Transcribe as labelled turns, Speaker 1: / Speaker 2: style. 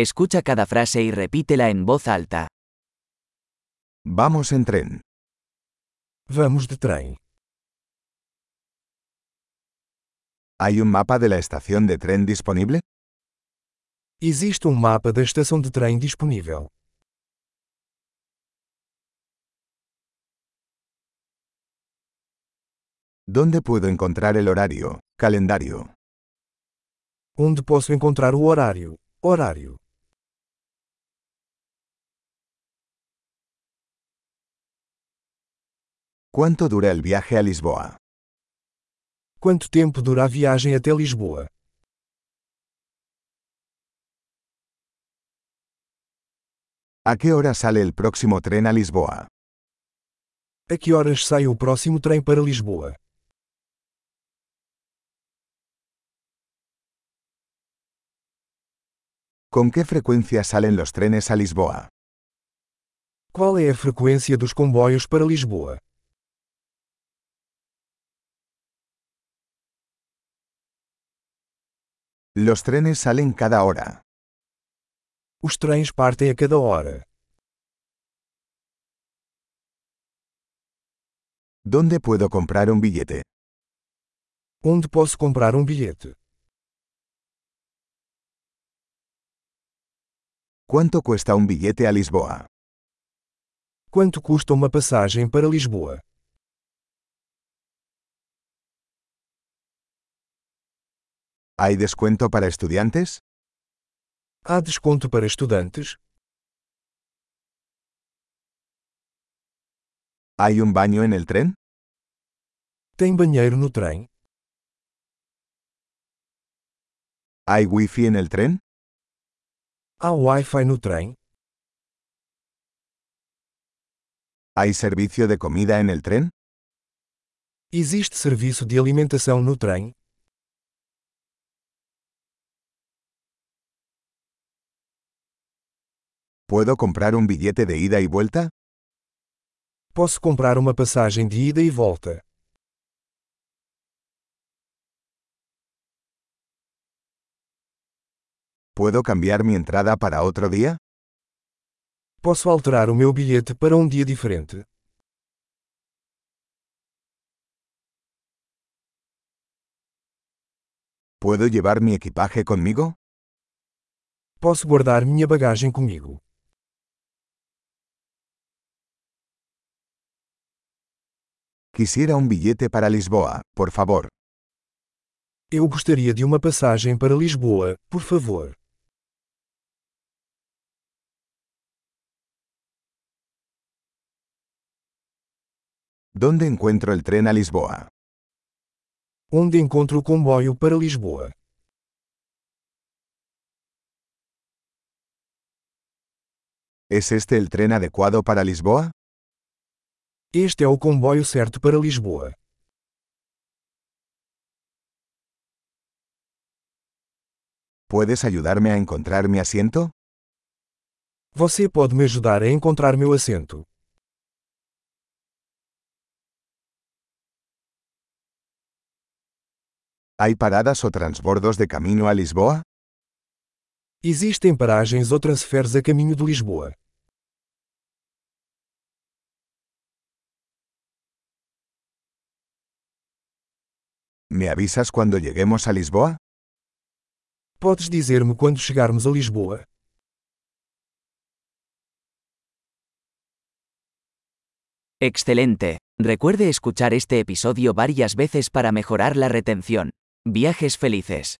Speaker 1: Escucha cada frase y repítela en voz alta.
Speaker 2: Vamos en tren.
Speaker 3: Vamos de trem.
Speaker 2: ¿Hay un mapa de la estación de tren disponible?
Speaker 3: Existe um mapa da estação de trem disponível.
Speaker 2: ¿Dónde puedo encontrar el horario, calendario?
Speaker 3: Onde posso encontrar o horário? Horário.
Speaker 2: ¿Cuánto dura el viaje a Lisboa?
Speaker 3: Quanto tempo dura a viagem até Lisboa?
Speaker 2: ¿A qué hora sale el próximo tren a Lisboa?
Speaker 3: A que horas sai o próximo trem para Lisboa?
Speaker 2: ¿Con qué frecuencia salen los trenes a Lisboa?
Speaker 3: Qual é a frequência dos comboios para Lisboa?
Speaker 2: Los trenes salen cada hora.
Speaker 3: Os trens partem a cada hora.
Speaker 2: ¿Dónde puedo comprar un billete?
Speaker 3: Onde posso comprar um bilhete?
Speaker 2: ¿Cuánto cuesta un billete a Lisboa?
Speaker 3: Quanto custa uma passagem para Lisboa?
Speaker 2: ¿Hay descuento para estudiantes?
Speaker 3: Há desconto para estudantes?
Speaker 2: ¿Hay un baño en el tren?
Speaker 3: Tem banheiro no trem?
Speaker 2: ¿Hay wifi en el tren?
Speaker 3: Há Wi-Fi no trem?
Speaker 2: ¿Hay servicio de comida en el tren?
Speaker 3: Existe serviço de alimentação no trem?
Speaker 2: ¿Puedo comprar un billete de ida y vuelta?
Speaker 3: Posso comprar uma passagem de ida e volta?
Speaker 2: ¿Puedo cambiar mi entrada para otro día?
Speaker 3: Posso alterar o meu bilhete para um dia diferente?
Speaker 2: ¿Puedo llevar mi equipaje conmigo?
Speaker 3: Posso guardar minha bagagem comigo?
Speaker 2: Quisiera un billete para Lisboa, por favor.
Speaker 3: Eu gostaria de uma passagem para Lisboa, por favor.
Speaker 2: ¿Dónde encuentro el tren a Lisboa?
Speaker 3: Onde encontro o comboio para Lisboa?
Speaker 2: ¿Es este el tren adecuado para Lisboa?
Speaker 3: Este é o comboio certo para Lisboa.
Speaker 2: ¿Puedes ayudarme a encontrar mi asiento?
Speaker 3: Você pode me ajudar a encontrar meu assento?
Speaker 2: ¿Hay paradas o transbordos de camino a Lisboa?
Speaker 3: Existem paragens ou transferes a caminho de Lisboa?
Speaker 2: ¿Me avisas cuando lleguemos a Lisboa?
Speaker 3: Podes dizer-me quando chegarmos a Lisboa?
Speaker 1: Excelente. Recuerde escuchar este episodio varias veces para mejorar la retención. Viajes felices.